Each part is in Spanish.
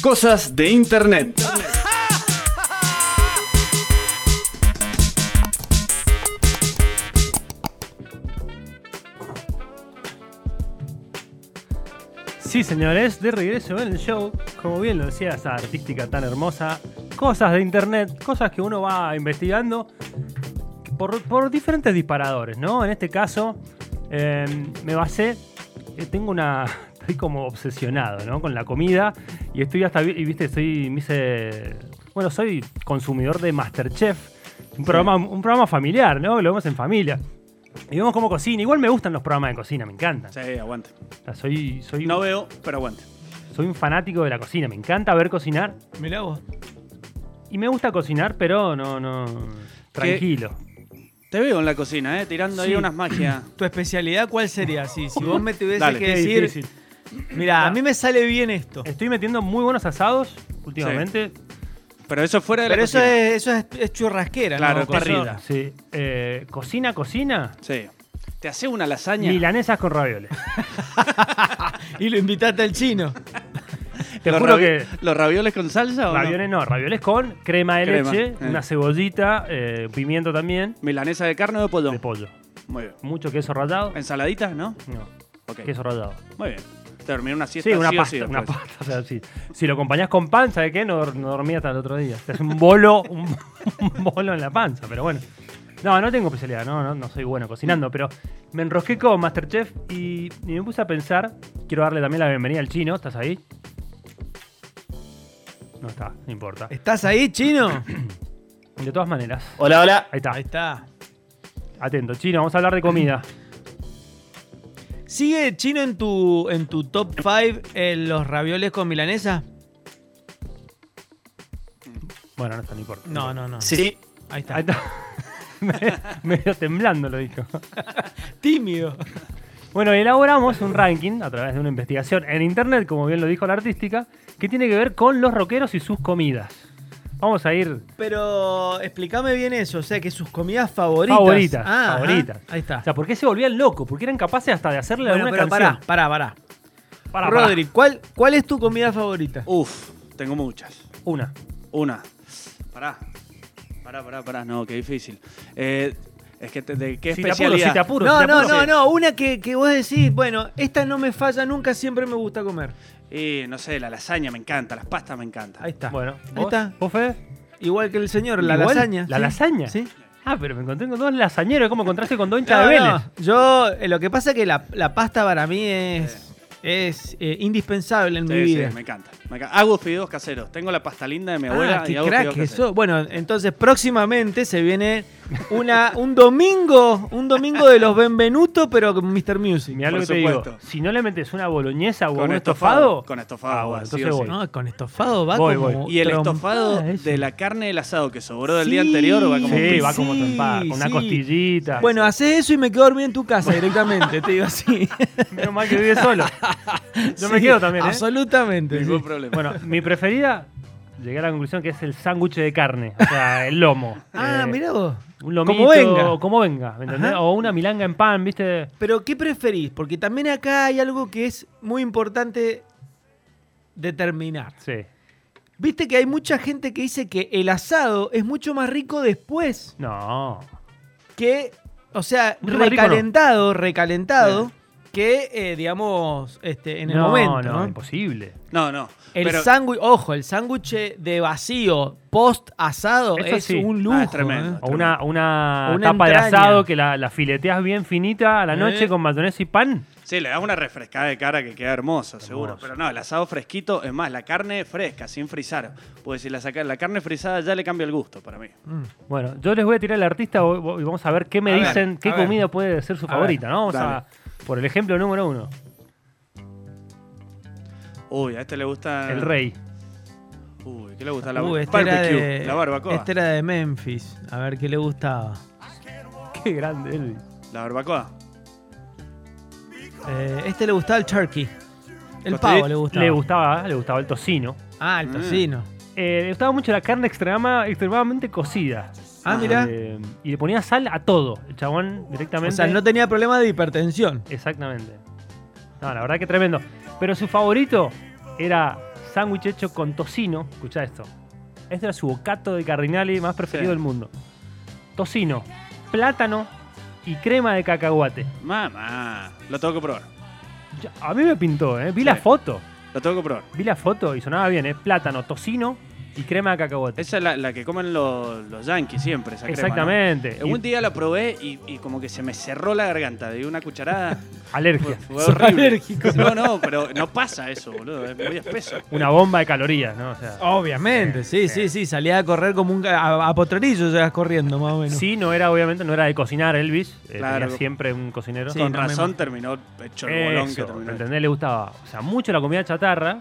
cosas de Internet. Sí, señores, de regreso en el show, como bien lo decía esa artística tan hermosa, cosas de internet, cosas que uno va investigando por, por diferentes disparadores, ¿no? En este caso, eh, me basé, eh, tengo una, estoy como obsesionado, ¿no? Con la comida y estoy hasta, vi- y viste, soy, me hice, bueno, soy consumidor de Masterchef, un programa, un programa familiar, ¿no? Lo vemos en familia. Y vemos cómo cocina. Igual me gustan los programas de cocina, me encantan. Sí, aguante. O sea, soy, soy No veo, pero aguante. soy un fanático de la cocina, me encanta ver cocinar. Mirá vos. Y me gusta cocinar, pero no, no. Tranquilo. Te veo en la cocina, ¿eh? Tirando ahí Sí. unas magias. ¿Tu especialidad cuál sería? Sí, si vos me tuvieses Dale. que Qué decir, difícil. mira, a mí me sale bien esto. Estoy metiendo muy buenos asados últimamente. Pero eso fuera de la Pero eso cocina. es, eso es, es churrasquera, Claro, ¿no? Eso, parrilla. sí. Eh, cocina, cocina. Sí. Te hace una lasaña. Milanesas con ravioles. Y lo invitaste al chino. Te ¿Los juro ravi- que. ¿Los ravioles con salsa o no? Ravioles no, ravioles con crema de Crema, leche, eh. una cebollita, eh, pimiento también, ¿Milanesa de carne o de pollo? de pollo. Muy bien. Mucho queso rallado. ¿Ensaladitas, no? No, Ok. queso rallado. Muy bien. Terminé una siesta. Sí, una sí o pasta, sí pues. una después. pasta. o sea, sí. Si lo acompañás con pan, ¿sabes qué? No, no dormía hasta el otro día. Te hace un bolo, un, un bolo en la panza, pero bueno. No, no tengo especialidad, no, no, no soy bueno cocinando, pero me enrosqué con Masterchef y, y me puse a pensar. Quiero darle también la bienvenida al chino, ¿estás ahí? No está, no importa. ¿Estás ahí, chino? De todas maneras, Hola, hola. ahí está, Ahí está. atento. Chino, vamos a hablar de comida. ¿Sigue chino en tu, en tu top 5 los ravioles con milanesa? Bueno, no está, no importa. No, no, no. Sí. Ahí está. Ahí está. Me- Medio temblando lo dijo. Tímido. Bueno, elaboramos un ranking a través de una investigación en internet, como bien lo dijo la artística, que tiene que ver con los rockeros y sus comidas. Vamos a ir Pero explícame bien eso, o sea, que sus comidas favoritas. favoritas. Ah, ajá. favoritas. Ahí está. O sea, ¿por qué se volvían locos? Porque eran capaces hasta de hacerle bueno, alguna pero pará, canción. pará, pará. Pará, pará. Rodri, ¿cuál, ¿cuál es tu comida favorita? Uf, tengo muchas. Una. Una. Pará. Pará, pará, pará. No, qué difícil. Eh, es que te- de qué Si te apuro, especialidad. si te apuro. no, si te no, apuro. no, no, una que, que vos decís, bueno, esta no me falla nunca, siempre me gusta comer. Y no sé, la lasaña me encanta, las pastas me encantan. Ahí está. Bueno, Ahí ¿vos, está. ¿Vos, Fede? Igual que el señor, la ¿Igual? lasaña. ¿La ¿sí? lasaña? Sí. Ah, pero me encontré con dos lasañeros. ¿Cómo encontraste con dos hinchas No, de no, Vélez? Yo, eh, lo que pasa es que la, la pasta para mí es, es eh, indispensable en Sí, mi sí, vida. me encanta, me encanta. Hago fideos caseros. Tengo la pasta linda de mi abuela Ah, y qué hago crack fideos que caseros. sos. Bueno, entonces próximamente se viene una, un domingo, un domingo de los Benvenuto, pero con Mr. Music. Mirá lo por que te supuesto. digo. Si no le metes una boloñesa o Con un estofado, estofado. con estofado, Ah, sí bueno, entonces o sí. voy. No, con estofado va Voy, como Y el trompada estofado eso. de la carne del asado que sobró del Sí. día anterior va como un Sí, Sí, piso. va como sí, trompada, con una sí. costillita. Bueno, haces eso y me quedo dormido en tu casa directamente, te digo así. Menos mal que vive solo. Yo me Sí, Ah, quedo también, ¿eh? Absolutamente. Ningún sí. problema. Bueno, mi preferida, llegué a la conclusión que es el sándwich de carne, o sea, el lomo. Ah, Eh, mirá vos. Un lomito, Como venga. o Como venga, ¿me entendés? Ajá. O una milanga en pan, ¿viste? Pero ¿qué preferís? Porque también acá hay algo que es muy importante determinar. Sí. Viste que hay mucha gente que dice que el asado es mucho más rico después No. que, o sea, Mucho más rico, recalentado, recalentado, que, eh, digamos, este, en el no, momento. no, ¿no? imposible. No, no. El pero- sándwich, ojo, el sándwich de vacío post asado Eso es sí. un lujo. Ah, es tremendo. ¿eh? O una, una, O una tapa de entraña. asado que la, la fileteas bien finita a la ¿Eh? noche con mayonesa y pan. Sí, le das una refrescada de cara que queda hermoso, seguro. Hermoso. Pero no, el asado fresquito, es más, la carne fresca, sin frizar. Pues si la saca, la carne frizada ya le cambia el gusto para mí. Mm. Bueno, yo les voy a tirar al artista o- o- y vamos a ver qué me A ver, dicen, qué a ver. comida puede ser su A favorita, ¿no? Vamos dale. a, por el ejemplo número uno, Uy, a este le gusta. el rey. Uy, ¿qué le gusta? La Uh, este era barbecue, de- la barbacoa. Este era de Memphis. A ver qué le gustaba. Qué grande Elvis. La barbacoa. Eh, este le gustaba el turkey. El Costadito. pavo le gustaba. Le gustaba, le gustaba el tocino. ah, el Mm. tocino. Eh, le gustaba mucho la carne extrema- extremadamente cocida. Ah, mirá. Eh, y le ponía sal a todo. El chabón O directamente. sea, no tenía problema de hipertensión. Exactamente. No, la verdad que tremendo. Pero su favorito era sándwich hecho con tocino. Escucha esto. Este era su bocato de cardinali más preferido Sí. del mundo. Tocino, plátano y crema de cacahuate. Mamá, lo tengo que probar. Ya, A mí me pintó, ¿eh? Vi Sí. la foto. Lo tengo que probar. Vi la foto y sonaba bien, ¿eh? Plátano, tocino y crema de cacahuate. Esa es la, la que comen los, los yankees siempre, esa crema, ¿no? Exactamente. Un Y día la probé y, y como que se me cerró la garganta de una cucharada. Fue, alergia. fue Sos horrible. alérgico. No, no, pero no pasa eso, boludo. Es muy espeso. Una bomba de calorías, ¿no? O sea, Oh, Obviamente, sí, sí, sí. Salía a correr como un. ca- A, a potrerillo llegas corriendo, más o menos. sí, no era, obviamente, no era de cocinar Elvis. eh, Claro. tenía siempre un cocinero. Sí, Con no me razón imagino. terminó hecho el bolón que Eso, terminó. ¿entendés? Le gustaba, o sea, mucho la comida chatarra,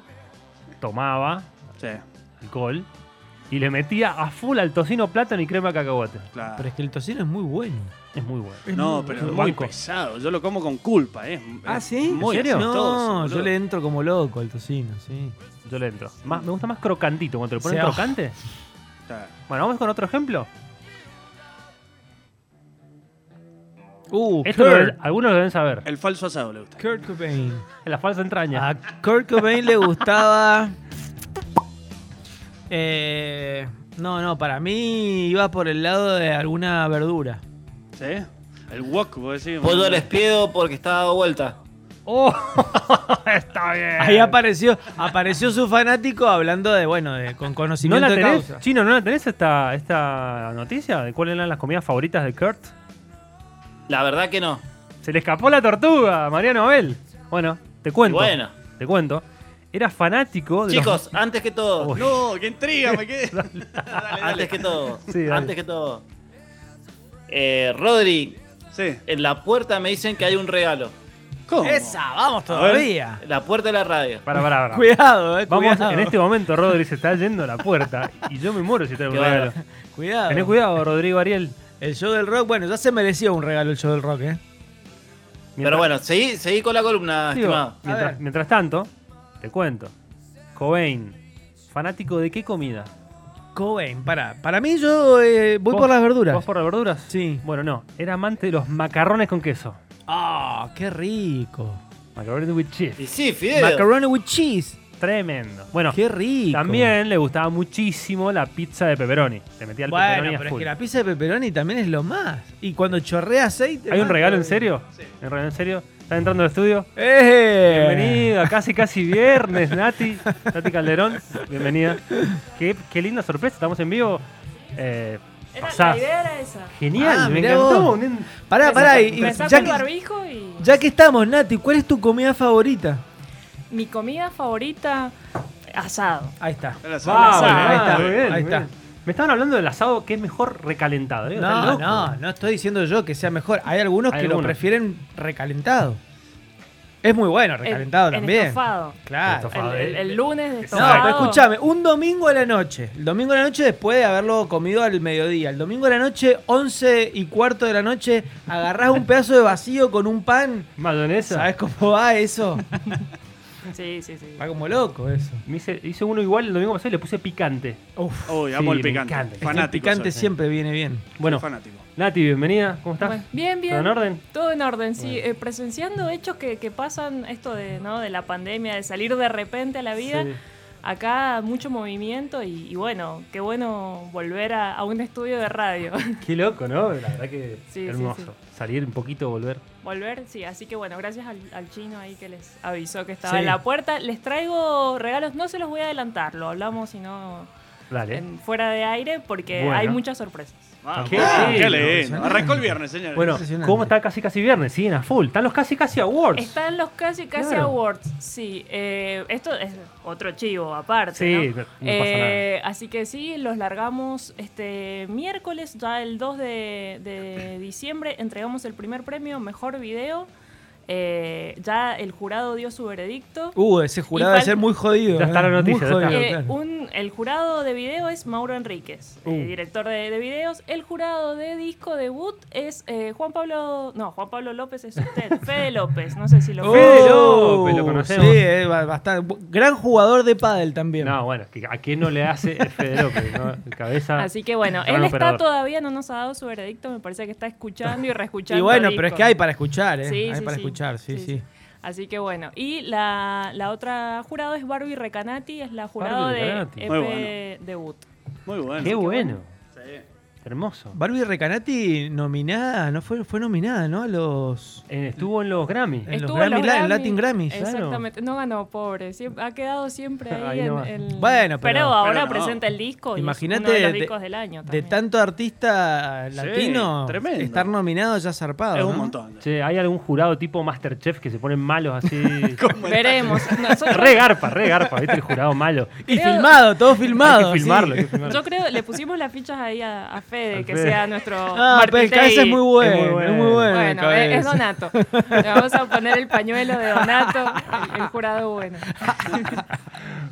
tomaba Sí, alcohol y le metía a full al tocino, plátano y crema de cacahuate. claro. Pero es que el tocino es muy bueno. Es muy bueno. Es No, muy pero un es bueno. muy banco. pesado. Yo lo como con culpa, ¿eh? Ah, Es ¿sí? Muy ¿En serio? aceitoso, No, yo boludo. le entro como loco al tocino, sí. Yo le entro. Más, me gusta más crocantito, cuando te lo ponen O sea, crocante. Está. Bueno, vamos con otro ejemplo. Uh, Esto lo deben- algunos lo deben saber. El falso asado le gusta. Kurt Cobain. La falsa entraña. A Kurt Cobain le gustaba. Eh, no, no, para mí iba por el lado de alguna verdura. ¿Sí? El wok, vos decís. Pollo al espiedo porque está dado vuelta. ¡Oh! Está bien. Ahí apareció, apareció su fanático hablando de, bueno, de, con ¿No conocimiento la de tenés? causa. Chino, ¿no la tenés esta, esta noticia? ¿De cuáles eran las comidas favoritas de Kurt? La verdad que no. Se le escapó la tortuga, Mariano Abel. Bueno, te cuento. Bueno. Te cuento. Era fanático de los- Chicos, antes que todo, Uy. No, qué intriga, me quedé. Dale, Ah, dale. antes que todo, Sí, dale. antes que todo. Eh, Rodri, Sí. en la puerta me dicen que hay un regalo. ¿Cómo? Esa, vamos todavía. En La puerta de la radio. Para, para, para. Cuidado, eh, Vamos, cuidado. en este momento Rodri se está yendo a la puerta y yo me muero si trae un Qué bárbaro. regalo. Cuidado. Tenés cuidado, Rodrigo Ariel. El show del rock, bueno, ya se merecía un regalo el show del rock, ¿eh? Pero bueno, seguí, seguí con la columna, Digo, estimado. A ver. mientras, mientras tanto, te cuento. Cobain, fanático de qué comida? Cobain, para. Para mí yo eh, voy ¿Vos- por las verduras. ¿Vos por las verduras? Sí. Bueno, no. Era amante de los macarrones con queso. Ah, qué rico. Macarrones with cheese. Y sí, Fideo. Macaroni with cheese. Tremendo. Bueno, Qué rico. también le gustaba muchísimo la pizza de pepperoni. Te metía el Bueno, pepperoni a pero es full. que la pizza de pepperoni también es lo más. Y cuando chorrea aceite. ¿Hay un más regalo en todavía. serio? ¿Hay un regalo en serio? ¿Estás entrando al estudio? ¡Eh! Bienvenida, casi casi viernes, Nati. Nati Calderón, bienvenida. Qué, qué linda sorpresa, estamos en vivo. Eh, Era, pasá. la idea era esa. Genial, Ah, me mirá encantó. vos. nen. Pará, pará. y- y ya, me saco el que, barbijo y. ya que estamos, Nati, ¿cuál es tu comida favorita? Mi comida favorita, asado. Ahí está. Era asado. Vamos, asado. ahí está, Ahí muy bien, está. muy bien. Me estaban hablando del asado que es mejor recalentado. ¿eh? Están No, locos. no, no estoy diciendo yo que sea mejor. Hay algunos Hay que lo algunos. prefieren recalentado. Es muy bueno, El- recalentado en también. estofado. Claro. Estofado. eh. El, el- el lunes de No, No, estofado. pero escúchame, un domingo a la noche. El domingo a la noche después de haberlo comido al mediodía. El domingo a la noche, 11 y cuarto de la noche, agarrás un pedazo de vacío con un pan. Mayonesa. ¿Sabes cómo va eso? Sí, sí, sí. Va como loco eso. Me hice, hice uno igual el domingo pasado y le puse picante. Uf, Uy, amo Sí, el me picante. encanta. Es que el el Fanático. eh. picante soy. siempre viene bien. Bueno, Soy Fanático. Nati, bienvenida. ¿Cómo estás? Bueno, bien, bien. ¿Todo en orden? Todo en orden, sí. Eh, presenciando hechos que, que pasan, esto de, ¿no? de la pandemia, de salir de repente a la vida. Sí. Acá mucho movimiento y, y bueno, qué bueno volver a, a un estudio de radio. Qué loco, ¿no? La verdad que Sí, sí, hermoso. Salir un poquito, volver. Volver, sí, así que bueno, gracias al, al chino ahí que les avisó que estaba Sí. en la puerta. Les traigo regalos, no se los voy a adelantar, lo hablamos si no Dale. en- fuera de aire porque ¿Eh? Bueno. hay muchas sorpresas. Vamos, Qué qué, lindo. lindo. Arrancó el viernes, señores. Bueno, Impresionante. ¿cómo está casi casi viernes? Siguen a full. Están los casi casi awards. Están los casi casi Claro. awards, sí. eh, esto es otro chivo aparte. Sí, ¿no? no- no pasa Eh, Así que sí, los largamos este miércoles, ya el 2 de, de diciembre, entregamos el primer premio, mejor video. Eh, ya el jurado dio su veredicto. Uh, ese jurado Y debe fal- ser muy jodido. Ya está la ¿eh? Muy noticia, ya está. jodido, Eh, claro. un- el jurado de video es Mauro Enríquez, eh, Uh. director de, de videos. El jurado de disco debut es eh, Juan Pablo. No, Juan Pablo López es usted. Fede López, no sé si Oh. lo Fede conoce. López, lo conocemos. Sí, eh, ba- bastante. Gran jugador de pádel también. No, bueno, que- ¿a quién no le hace Fede López? ¿no? Cabeza. Así que bueno, Gran él operador. está todavía, no nos ha dado su veredicto, me parece que está escuchando y reescuchando. y bueno, pero es discos. que hay para escuchar, ¿eh? Sí, hay sí, para sí. escuchar, sí, sí. Sí, sí. Así que bueno, y la, la otra jurado es Barbie Recanati, es la jurado Barbie de Recanati. EP Muy bueno. debut. Muy bueno. Qué bueno. Sí. Hermoso. Barbie Recanati nominada, no fue, fue nominada, ¿no? A los. Eh, Estuvo en los Grammy. En los Estuvo en Grammy La- en Latin Grammys, claro. Exactamente, no ganó, pobre, siem- ha quedado siempre ahí, Ahí en nomás. el... Bueno, pero- pero ahora no. presenta el disco, y es Imagínate uno de los de- discos del año De también. tanto artista latino, tremendo. estar nominado ya zarpado. Es un ¿no? montón. Che, ¿hay algún jurado tipo Masterchef que se ponen malos así? Veremos. Nosotros- re garpa, re garpa, ¿viste? El jurado malo. Y Creo- filmado, todo filmado. Hay que filmarlo, hay sí. que filmarlo. Yo creo, le pusimos las fichas ahí a, a Fede, Al que Fede. sea nuestro Ah, pero el Martitei. cabeza es muy bueno. Es muy bueno. el Bueno, es, es cabeza. Donato. Le vamos a poner el pañuelo de Donato, el, el jurado bueno.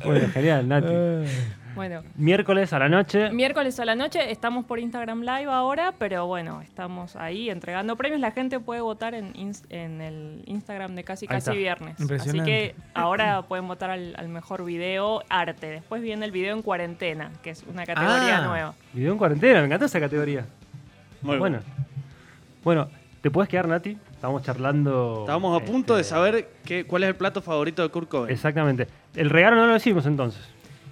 Bueno, genial, Nati. Eh. Bueno, Miércoles a la noche. miércoles a la noche estamos por Instagram Live ahora, pero bueno, estamos ahí entregando premios. La gente puede votar en, ins- en el Instagram de Casi Ahí está. Casi Viernes. Así Impresionante. que ahora pueden votar al, al mejor video arte. Después viene el video en cuarentena, que es una categoría Ah. nueva. Video en cuarentena, me encantó esa categoría. Muy bueno. bueno. Bueno, ¿te puedes quedar, Nati? Estamos charlando. Estábamos a punto de este, saber qué, cuál es el plato favorito de Kurt Cobain. Exactamente. El regalo no lo decimos entonces.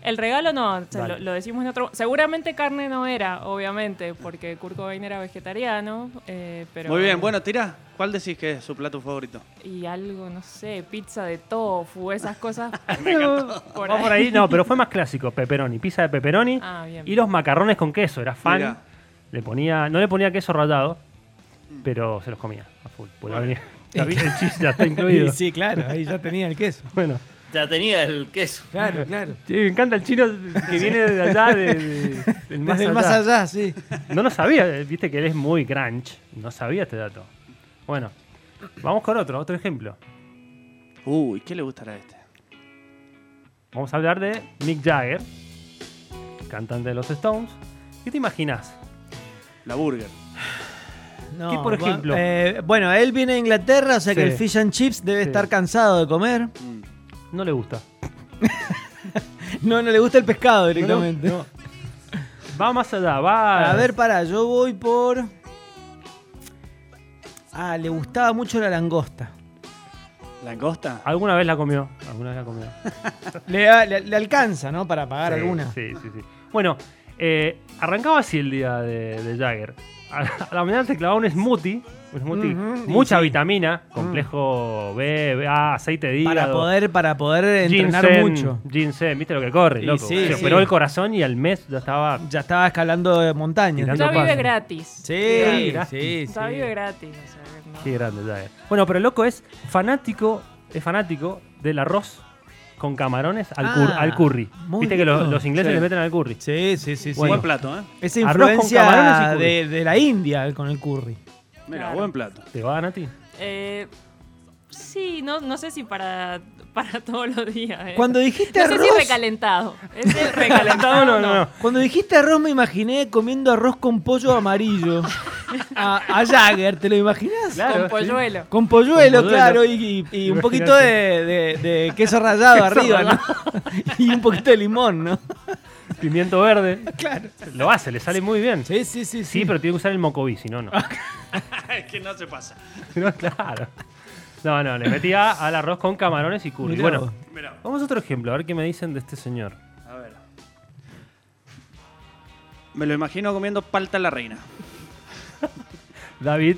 El regalo no, se Dale. lo, lo decimos en otro. Seguramente carne no era, obviamente, porque Kurt Cobain era vegetariano. eh, pero Muy bien, bueno, tira. ¿Cuál decís que es su plato favorito? Y algo, no sé, pizza de tofu, esas cosas. por Va ahí. por ahí. No, pero fue más clásico. Pepperoni, pizza de pepperoni. Ah, bien. Y los macarrones con queso. Era fan. Mirá. Le ponía, no le ponía queso rallado, Mm. pero se los comía a full. Porque la venía- la vi- el chiste ya está incluido. Sí, sí, claro, ahí ya tenía el queso. Bueno. Ya tenía el queso. Claro, claro. Sí, me encanta el chino que viene de allá, de- de- del más Desde el allá. más allá, sí. No lo sabía, eh, viste que él es muy crunch. No sabía este dato. Bueno, vamos con otro, otro ejemplo. Uy, ¿qué le gustará a este? Vamos a hablar de Mick Jagger, cantante de los Stones. ¿Qué te imaginas? La burger. No, ¿Qué, por va- ejemplo? eh, bueno, él viene de Inglaterra, o sea que Sí. el fish and chips debe Sí. estar cansado de comer. Mm. No le gusta. No, no le gusta el pescado le- directamente. Va más allá, va. A ver, pará, yo voy por. Ah, le gustaba mucho la langosta. ¿Langosta? Alguna vez la comió. Alguna vez la comió. Le, le- le alcanza, ¿no? Para pagar Sí, alguna. Sí, sí, sí. Bueno, eh, arrancaba así el día de, de Jagger. A, a la mañana se clavaba un smoothie. Un smoothie Ujú, y mucha sí. Mm. vitamina, complejo B, B, A, aceite de hígado. Para poder, para poder entrenar ginseng, mucho. Ginseng, viste lo que corre, Y loco. sí, se sí. operó el corazón y al mes ya estaba. Ya estaba escalando eh, montañas. Tirando- Ya vive pasa. gratis. Sí, Mira, sí, sí. Ya vive gratis. o sea, que no. Qué grande Jagger. Bueno, pero el loco es fanático, es fanático del arroz con camarones al, cur- Ah, al curry. muy Viste que lo- rico. los ingleses Sí. le meten al curry. Sí, sí, sí, sí. Buen plato, ¿eh? Esa Arroz con influencia camarones y curry. de, de la India con el curry. Mira, Claro. buen plato. ¿Te va, Nati? Eh, sí, no, no sé si para, para todos los días. eh. Cuando dijiste no sé arroz. si recalentado. ¿Es el recalentado No, no, no, no. Cuando dijiste arroz me imaginé comiendo arroz con pollo amarillo. A, a Jagger, ¿te lo imaginas? Claro, sí. Con polluelo. Con polluelo, Con polluelo. claro, y, y- y un Imagínate. poquito de, de- de queso rallado arriba, ¿no? y un poquito de limón, ¿no? Pimiento verde. Claro. Lo hace, le sale muy bien. Sí, Ah, sí, sí. Sí, pero tiene que usar el mocoví, si no, no. es que no se pasa. No, claro. No, no, le metía al arroz con camarones y curry. Mirá vos. Bueno, Mira, vamos a otro ejemplo, a ver qué me dicen de este señor. a ver. Me lo imagino comiendo palta a la reina. David,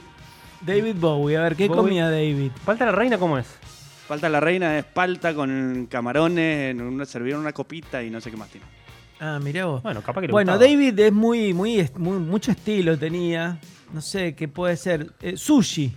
David Bowie, a ver, ¿qué Bowie. comía David? ¿falta la reina cómo es? Palta a la reina es palta con camarones, en una, servir una copita y no sé qué más tiene. Ah, mirá vos. Bueno, capaz que le Bueno, gustaba. David es muy, muy, est- muy- mucho estilo tenía. No sé, ¿qué puede ser? Eh, sushi.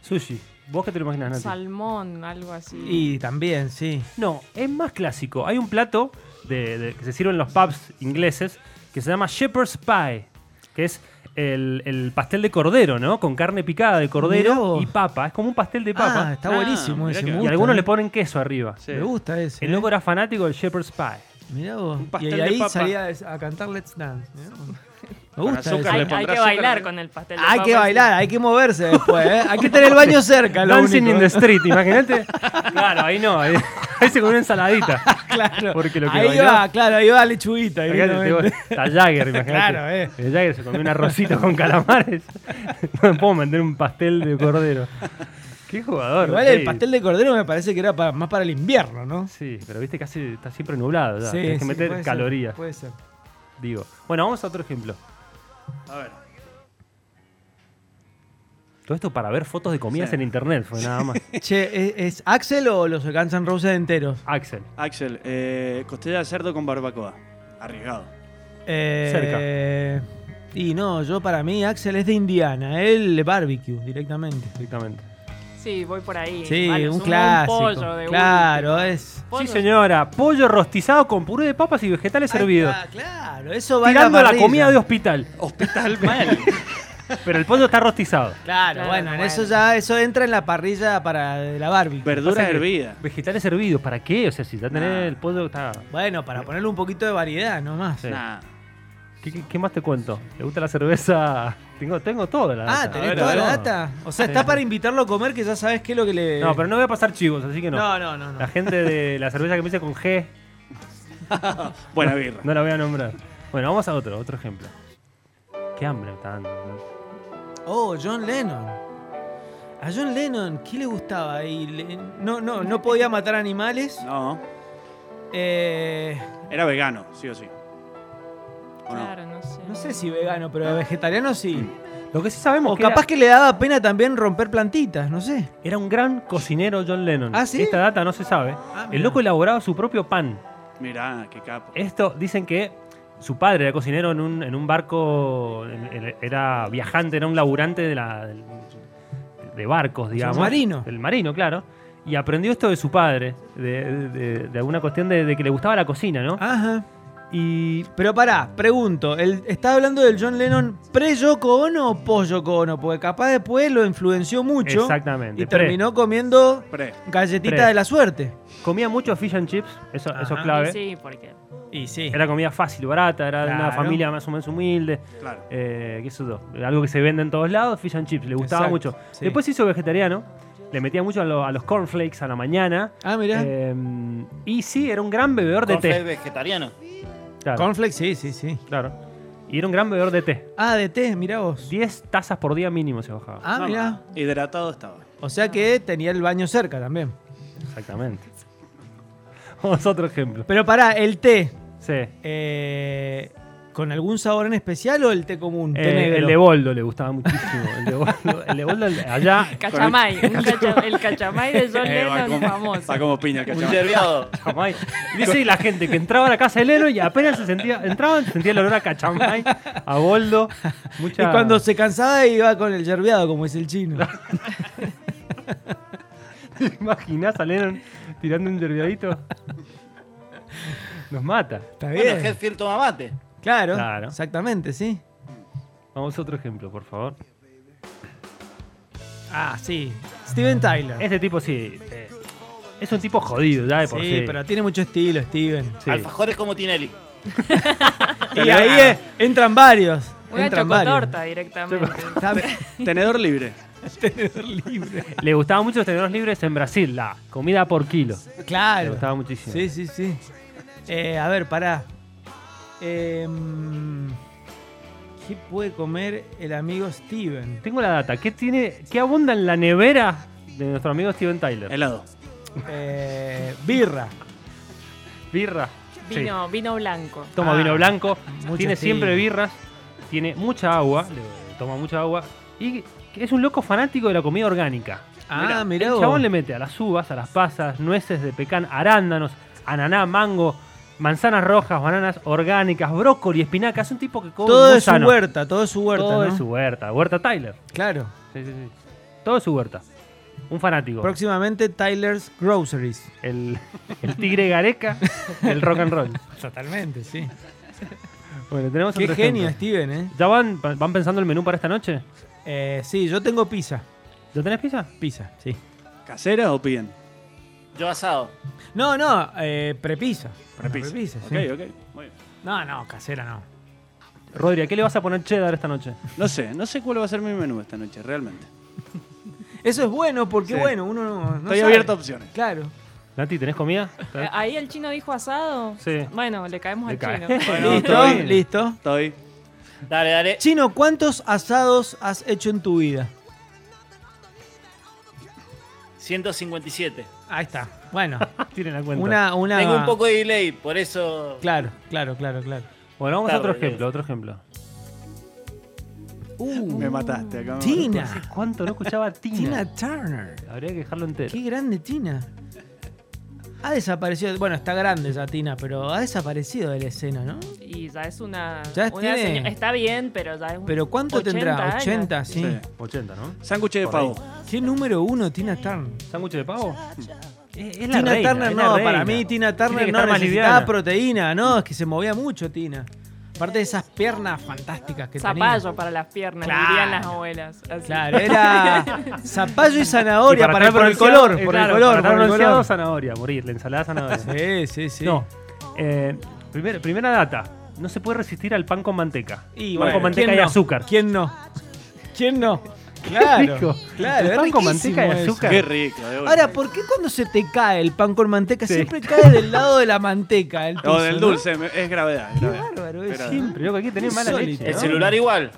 Sushi. ¿Vos qué te lo imaginas, Nati? Salmón, algo así. Y también, sí. No, es más clásico. Hay un plato de- de- que se sirve en los pubs ingleses que se llama Shepherd's Pie, que es el, el pastel de cordero, ¿no? Con carne picada de Mirá cordero vos. y papa. Es como un pastel de Ah, papa. está Ah, buenísimo mirá ese. que- me y y gusta, algunos eh. le ponen queso arriba. Sí. Me gusta ese. El eh. loco era fanático del Shepherd's Pie. Mirá vos. Un pastel Y de ahí papa. salía a cantar Let's Dance. mirá vos. Me Con gusta. azúcar ese. hay, le hay pondrá que azúcar bailar arriba. con el pastel. de Hay papa, que sí. bailar, hay que moverse después, ¿eh? Hay que tener el baño cerca, lo Dancing único, in the ¿eh? street, imagínate. claro, ahí no. Ahí, ahí se comió una ensaladita. Claro. Porque lo que ¿eh? ahí bailó- va, claro, ahí va lechuguita. Acá te- te- directamente. A Jagger, imagínate. Claro, eh. El Jagger se comió un arrocito con calamares. No me puedo meter un pastel de cordero. Qué jugador. Igual sí. el pastel de cordero me parece que era para- más para el invierno, ¿no? Sí, pero viste que hace- está siempre nublado. Ya. Sí, Tienes que sí, meter puede ser, calorías, puede ser. digo. Bueno, vamos a otro ejemplo. A ver. Todo esto para ver fotos de comidas Sí. en internet, fue nada más. Che, ¿es, es Axel o los Guns N' Roses enteros? Axel. Axel, eh, costilla de cerdo con barbacoa. Arriesgado. Eh, Y no, yo para mí Axel es de Indiana, él de barbecue directamente. Directamente. Sí, voy por ahí. Sí, Vale, un sumo clásico. pollo de claro, es. Pollo. Sí, señora. Pollo rostizado con puré de papas y vegetales servidos. Ahí está, claro, eso va en Tirando a la parrilla. comida de hospital. Hospital mal. Pero el pollo está rostizado. Claro, Claro, bueno, en bueno. eso ya eso entra en la parrilla para de la barbecue. Verdura Pasa que- hervida. Vegetales servidos, ¿para qué? O sea, si ya tenés Nah. el pollo, está. Bueno, para ponerle un poquito de variedad nomás. Sí. Nah. ¿Qué, qué- qué más te cuento? ¿Te gusta la cerveza? Tengo, tengo toda la Ah, data. ¿tenés A ver, toda a la ver. data? O sea, Sí. está para invitarlo a comer que ya sabes qué es lo que le. No, pero no voy a pasar chivos, así que no. No, no, no. no. La gente de la cerveza que empieza con G, Buena birra. no la voy a nombrar. Bueno, vamos a otro, otro ejemplo. Qué hambre me está dando. ¿no? Oh, John Lennon. A John Lennon, ¿qué le gustaba? Y le- No, no, no podía matar animales. No. Eh, Era vegano, sí o sí. ¿O no? Claro, no sé. no sé si vegano, pero vegetariano sí. Lo que sí sabemos O que, era- capaz que le daba pena también romper plantitas, no sé. era, un gran cocinero John Lennon. ¿Ah, sí? Esta data no se sabe. Ah, el mira. loco elaboraba su propio pan. Mirá, qué capo. Esto dicen que su padre era cocinero en un, en un barco, en- en- era viajante, era un laburante de, la, del- de barcos, digamos. marino. El marino, claro. Y aprendió esto de su padre, de, de- de alguna cuestión de, de que le gustaba la cocina, ¿no? Ajá. Y Pero pará, pregunto, ¿el, ¿está hablando del John Lennon pre-Yoko Ono o post-Yoko Ono? Porque capaz después lo influenció mucho. Exactamente, Y pre. terminó comiendo Pre. galletita Pre. de la suerte. comía mucho fish and chips, eso, eso es Ajá. clave. Sí, porque. Y sí. Era comida fácil, barata, era de una Claro. familia más o menos humilde. Claro. Eh, qué sé yo, algo que se vende en todos lados, fish and chips, le gustaba Exacto, mucho. sí. Después se hizo vegetariano, le metía mucho a, lo- a los cornflakes a la mañana. Ah, mirá. Eh, y sí, era un gran bebedor de Con fe té. vegetariano. Claro, Cornflakes, sí, sí, sí. claro. Y era un gran bebedor de té. Ah, de té, mirá vos. 10 tazas por día mínimo se bajaba. Ah, No, mirá. no, Hidratado estaba. O sea que tenía el baño cerca también. Exactamente. Vamos a otro ejemplo. Pero pará, el té, Sí. eh, ¿con algún sabor en especial o el té común? té Eh, negro? el de boldo le gustaba muchísimo. El de boldo, el de boldo allá Cachamay. un cacha- el cachamay de John Eh, va, Lennon como, famoso. va como piña, Un cachamay. yerbeado. Cachamay. Dice y la gente que entraba a la casa del héroe y apenas se sentía, entraban, sentía el olor a cachamay, a boldo. Mucha... Y cuando se cansaba iba con el yerbeado, como es el chino. ¿Te imaginás a Lennon tirando un derbiadito? Nos mata. Está bien. Bueno, Headfield toma mate. claro, Claro. exactamente, sí. Vamos a otro ejemplo, por favor. Ah, sí. Steven Tyler. Este tipo sí. eh, es un tipo jodido ya de por sí. Sí, pero tiene mucho estilo, Steven. Sí. Alfajores como Tinelli. Este Y ahí eh, entran varios. Una entran varios. chocotorta directamente. Está bien. Tenedor libre. Le gustaba mucho los tenedores libres en Brasil, la comida por kilo. Le Claro. gustaba muchísimo. Sí, sí, sí. Eh, a ver, pará. Em, ¿Qué puede comer el amigo Steven? Tengo la data. ¿Qué tiene, qué abunda en la nevera de nuestro amigo Steven Tyler? Helado. Eh, birra. Birra. Sí. Vino, vino blanco. Toma Ah, vino blanco. mucho Tiene estilo. siempre birras. Tiene mucha agua. le- Toma mucha agua. Y es un loco fanático de la comida orgánica. Ah, mirá, El vos. chabón le mete a las uvas, a las pasas, nueces de pecan, arándanos, ananá, mango, manzanas rojas, bananas orgánicas, brócoli, espinacas. Es un tipo que come Todo muy es su sano. huerta, todo es su huerta. Todo ¿no? es su huerta. Huerta Tyler. Claro. Sí, sí, sí. Todo es su huerta. Un fanático. Próximamente Tyler's Groceries. el, el tigre Gareca del rock and roll. Totalmente, sí. Bueno, tenemos Qué otro genio ejemplo. Steven, ¿eh? ¿Ya van, van pensando el menú para esta noche? Eh, Sí, yo tengo pizza. ¿Lo tenés pizza? Pizza, sí. ¿Casera o piden? Yo asado. No, no, eh, prepizza. Repisa. Una prepizza, sí. Ah, Ok, ok. Muy bien. No, no, casera no. Rodri, ¿a qué le vas a poner cheddar esta noche? No sé, no sé cuál va a ser mi menú esta noche, realmente. Eso es bueno porque, Sí. bueno, uno no. no Estoy sabe. abierto a opciones. Claro. Nati, ¿tenés comida? Eh, Ahí el chino dijo asado. Sí. Bueno, le caemos Le al cae. chino. Bueno, listo, estoy- listo. Estoy. Dale, dale. Chino, ¿cuántos asados has hecho en tu vida? 157. Ahí está. Bueno, Tienen la cuenta. una, una. Tengo un poco de delay, por eso. Claro, claro, claro, claro. Bueno, vamos a otro Tarde, ya ejemplo, otro ejemplo. Uh, Me mataste acá. me Uh, Tina. ¿Cuánto no escuchaba Tina? Tina Turner. Habría que dejarlo entero. Qué grande Tina. Ha desaparecido. Bueno, está grande esa Tina, pero ha desaparecido de la escena, ¿no? Y ya es una. Ya una tiene- señora- está bien, pero ya es un- Pero ¿cuánto 80 tendrá? años. 80, sí. mataste. 80, ¿no? Sí. Sándwich de Por ahí. pavo. Qué número uno Tina Turner. ¿Sándwich de pavo? Es, es la Tina reina, Turner es la no, reina. para mí Tina Tiene Turner que no estar más necesitaba liviana. proteína, no, es que se movía mucho Tina. Aparte de esas piernas fantásticas que Zapallo para las piernas, Claro. dirían las abuelas. tenía. Así. Claro, era zapallo y Y zanahoria para, estar por bronceado- el color, eh, por claro, el color, para por estar el bronceado, color. zanahoria, morir, la ensalada zanahoria. Sí, sí, sí. No. Eh, primer- primera data. No se puede resistir al pan con manteca. Y pan bueno, con manteca ¿quién y no? azúcar. ¿Quién no? ¿Quién no? Claro. rico. Claro, El es pan con manteca y riquísimo eso. azúcar. Qué rico. de bueno. Ahora, ¿por qué cuando se te cae el pan con manteca Sí. siempre cae del lado de la manteca? El O piso, del no? dulce, me- es gravedad. es Qué gravedad. bárbaro, es Pero- Siempre, loco, hay que tener mala Insólito. leche. El ¿no? celular igual.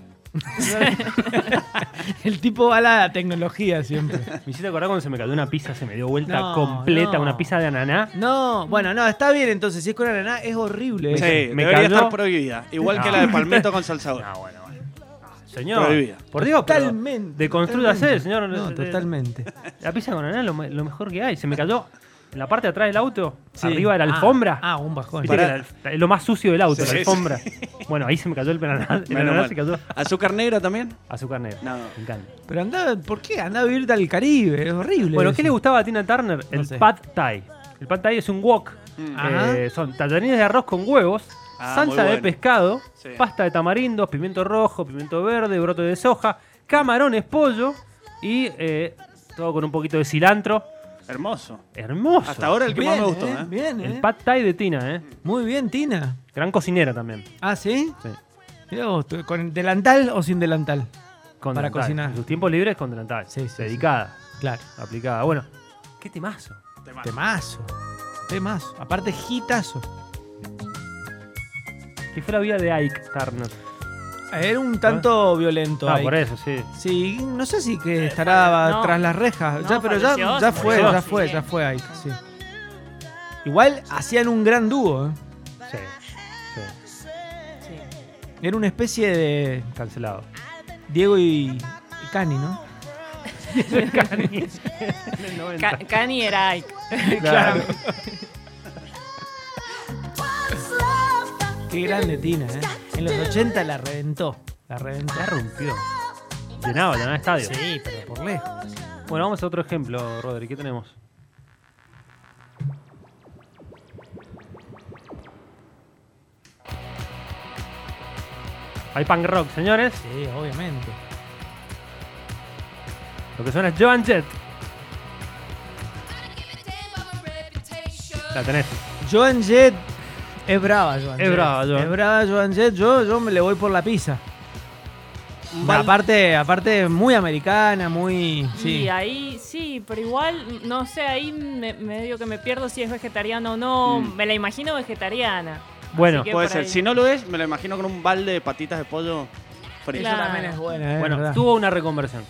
El tipo va a la tecnología siempre. Me hiciste acordar cuando se me cayó una pizza, se me dio vuelta No, completa, no. una pizza de ananá. No, bueno, no, está bien entonces. Si es con ananá, es horrible. Sí, eso. me debería cayó- estar prohibida. Igual que No. la de palmito con salsa No, Ah, ahora. bueno, bueno. No, Ah, señor. Prohibida. Por Dios, pero Totalmente. deconstrúyase, totalmente. señor. No, De- de- totalmente. La pizza con ananá es lo, me- lo mejor que hay. Se me cayó en la parte de atrás del auto, Sí. arriba de la Ah, alfombra. Ah, un bajón. Viste que Pará. la- es lo más sucio del auto, Sí, la sí, alfombra. Bueno, ahí se me cayó el ananá. El Menos ananá mal. se cayó ¿Azúcar negra también? azúcar negro. No. Me encanta. Pero andá, ¿por qué? Andá a vivirte al Caribe, es horrible. Bueno, ¿qué le eso. gustaba a Tina Turner? No El sé. pad thai. El pad thai es un wok. Mm. Ajá. Eh, son tallarines de arroz con huevos, Ah, muy salsa de bueno. pescado, Sí. pasta de tamarindos, pimiento rojo, pimiento verde, brote de soja, camarones, pollo y eh, todo con un poquito de cilantro. Hermoso. Hermoso. Hasta ahora el que más Bien, me gustó. eh, ¿eh? Mm. Bien, eh. El pad thai de Tina, ¿eh? Muy bien, Tina. Gran cocinera también. Ah, ¿sí? Sí. Mirá vos, tú, ¿con delantal o sin delantal? Con Para delantal. cocinar. En Sus tiempos libres con delantal. Sí, sí, Dedicada, Claro. aplicada. Bueno, qué temazo. Temazo. Temazo. Temazo. Aparte, gitazo. Que fue la vida de Ike Turner. Era un tanto violento Ah, ahí. por eso, sí. Sí, no sé si que estará Eh, No. tras las rejas, No, ya, pero ya, falleció, ya se fue, murió, ya sí. fue, ya fue ahí. sí. Igual hacían un gran dúo, ¿eh? Sí. sí. Sí. era una especie de Cancelado. Diego y y Cani, ¿no? Cani. En el 90. Ca- Cani era Ike. Claro. Qué grande Tina, ¿eh? En los 80 la reventó, la reventó. La rompió. Llenaba, llenaba estadio. Sí, pero por lejos. Bueno, vamos a otro ejemplo, Rodri. ¿Qué tenemos? Hay punk rock, señores. Sí, obviamente. Lo que suena es Joan Jett. La tenés. Joan Jett es brava, Joan Es Jett. brava, Joan. Es brava, Joan Jett. Yo, yo me le voy por la pizza. Aparte, aparte, muy americana, muy. Sí. Y ahí sí, pero igual, no sé, ahí me, medio que me pierdo si es vegetariana o no. Mm. Me la imagino vegetariana. Bueno, Así que Puede por ser. ahí. Si no lo es, me lo imagino con un balde de patitas de pollo frío. Ah, Claro. buena, ¿eh? Bueno, ¿verdad? tuvo una reconversión.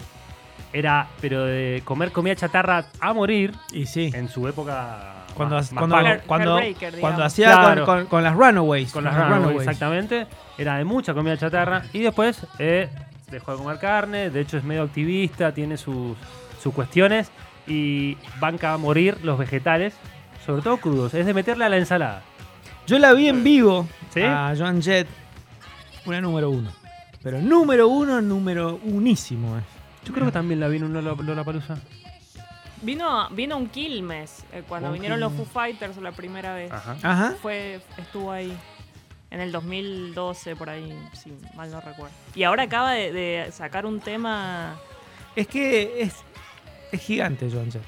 Era, pero de comer comida chatarra a morir Y sí. en su época. Cuando, más- más cuando, punk. Hair- cuando, Hairbreaker, digamos. cuando hacía con- Claro. con, con las Runaways. con las Runaways, exactamente. Era de mucha comida chatarra. Y después eh, dejó de comer carne. De hecho, es medio activista, tiene sus, sus cuestiones. Y banca a morir los vegetales, sobre todo crudos. Es de meterle a la ensalada. Yo la vi en vivo ¿Sí? a Joan Jett, una número uno. Pero número uno, número unísimo. eh. Yo creo que también la vino en Lola, Palusa. Vino, vino un Quilmes eh, cuando Un vinieron los Quilmes. Ah. Foo Fighters la primera vez. Ajá. Ajá. Fue, estuvo ahí en el 2012, por ahí, si mal no recuerdo. Y ahora acaba de, de sacar un tema. Es que es, es gigante Joan Jett.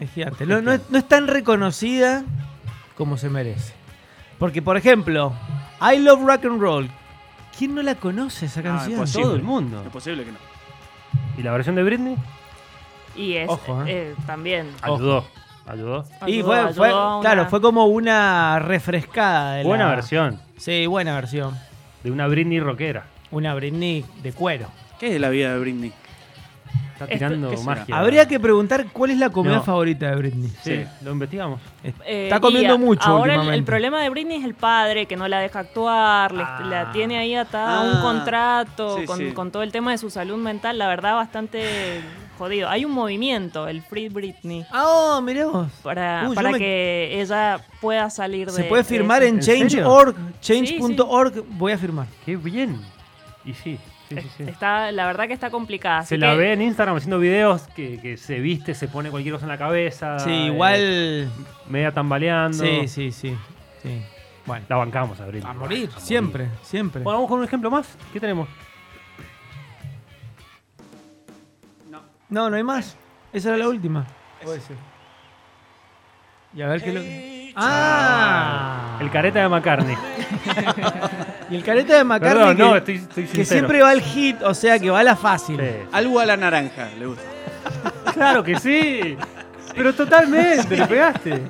Es gigante. No, no es, no es tan reconocida como se merece. Porque, por ejemplo, I Love Rock and Roll. ¿Quién no la conoce Ah, esa canción? pues imposible. Todo el mundo. Imposible que no. ¿Y la versión de Britney? Y es Ojo, eh, también. Ayudó. Ayudó. Y ayudó- fue, ayudó fue- a una- claro, fue como una refrescada de la- Buena versión Sí, buena versión. de una Britney rockera. Una Britney de cuero. ¿Qué es de la vida de Britney? Está Esto- tirando ¿qué será? magia. Habría que preguntar cuál es la comida No. favorita de Britney. Sí, Sí. lo investigamos. Eh, Está comiendo y a- mucho Ahora el- el, últimamente. problema de Britney es el padre, que no la deja actuar, le- Ah. la tiene ahí atada a Ah. un contrato, Sí, con, sí. con todo el tema de su salud mental, la verdad bastante jodido. Hay un movimiento, el Free Britney, Ah, oh, mirá vos. para, Uh, yo para me- que ella pueda salir de Se puede de firmar eso. en ¿En serio? change.org. Sí, sí. Change.org. Voy a firmar. Qué bien. Y sí, sí, sí, sí. Está, la verdad que está complicada. así Se la que- ve en Instagram haciendo videos que, que se viste, se pone cualquier cosa en la cabeza. Sí, eh, igual. media tambaleando. Sí, sí, sí. sí. Bueno, La bancamos, Abril. a morir. Siempre, siempre. Bueno, vamos con un ejemplo más. ¿Qué tenemos? No, no hay más. Esa era la última. Puede ser. Y a ver qué lo. ¡Ah! El careta de McCartney. Y el careta de McCartney. Perdón, que, no, estoy, estoy que sincero. siempre va al hit, o sea que va a la fácil. Sí. Algo a la naranja, le gusta. Claro que sí. Pero totalmente, le pegaste.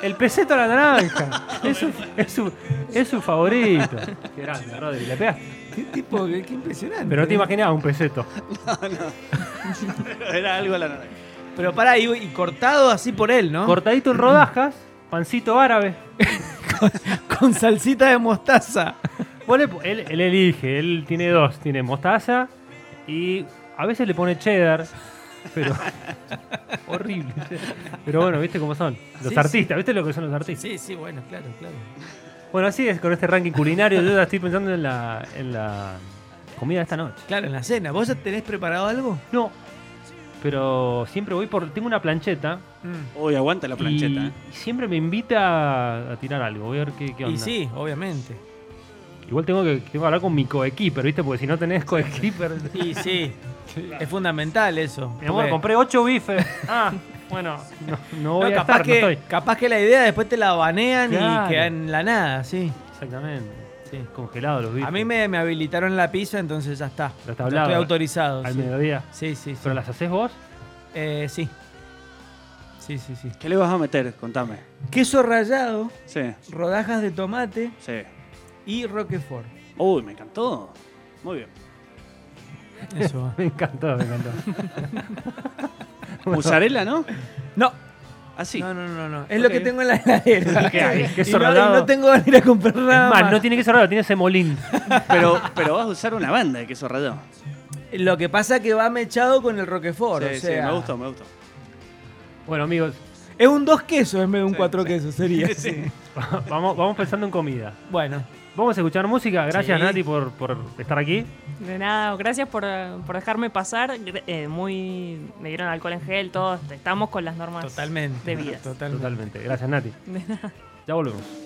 El peseto a la naranja. Es su, es su, es su favorito. Qué grande, Rodri, le pegaste. Qué tipo, qué, qué impresionante. Pero no te imaginabas un peseto. Era algo a la naranja. Pero pará, y, y cortado así por él, ¿no? Cortadito en rodajas, pancito árabe. con salsita de mostaza. Vos le po- él, él elige, él tiene dos. Tiene mostaza y a veces le pone cheddar. Pero. horrible. Pero bueno, viste cómo son. Los Sí, artistas, viste lo que son los artistas. Sí, sí, bueno, claro, claro. Bueno, así es con este ranking culinario. Yo ya estoy pensando en la, en la comida de esta noche. Claro, en la cena. ¿Vos ya tenés preparado algo? No, pero siempre voy por. Tengo una plancheta. Mm. Uy, aguanta la plancheta. y, ¿eh? y siempre me invita a tirar algo. Voy a ver qué, qué Y onda. sí, obviamente. Igual tengo que, tengo que hablar con mi coequiper, ¿viste? Porque si no tenés coequiper. Y sí. Es fundamental eso. Mi amor, porque- compré ocho bifes. Ah, bueno, no, no No, voy a capaz, estar, no que, estoy. capaz que la idea después te la banean Claro. y queda en la nada, sí. Exactamente. Sí, congelados los bifes. A mí me, me habilitaron la pizza, entonces ya está. Ya está Ya hablado, estoy ¿no? autorizado. Al sí. mediodía. Sí, sí, sí. ¿Pero las haces vos? Eh, sí. Sí, sí, sí. ¿Qué le vas a meter? Contame. Queso rallado, Sí, rodajas de tomate sí. y roquefort. Uy, me encantó. Muy bien. Eso va. Me encantó, me encantó. Mozzarella, ¿no? Ah, No, Así. no, no, no, no. Es lo Ok. que tengo en la heladera. ¿Qué hay? Y Queso no, y rallado. no tengo ganas de ir a comprar nada. Es más, más. no tiene que ser raro, tiene semolín. Pero, pero vas a usar una banda de queso rallado. Lo que pasa es que va mechado con el roquefort. Sí, o sí, sea, me gustó, me gustó. Bueno, amigos, Es un dos quesos en vez de un Sí, cuatro sí. quesos, sería. vamos, vamos pensando en comida. Bueno, Vamos a escuchar música. Gracias, Sí. Nati, por, por estar aquí. De nada, gracias por, por dejarme pasar. Eh, muy, me dieron alcohol en gel, todos estamos con las normas totalmente. de vida. Totalmente. Totalmente. Gracias, Nati. De Ya volvemos.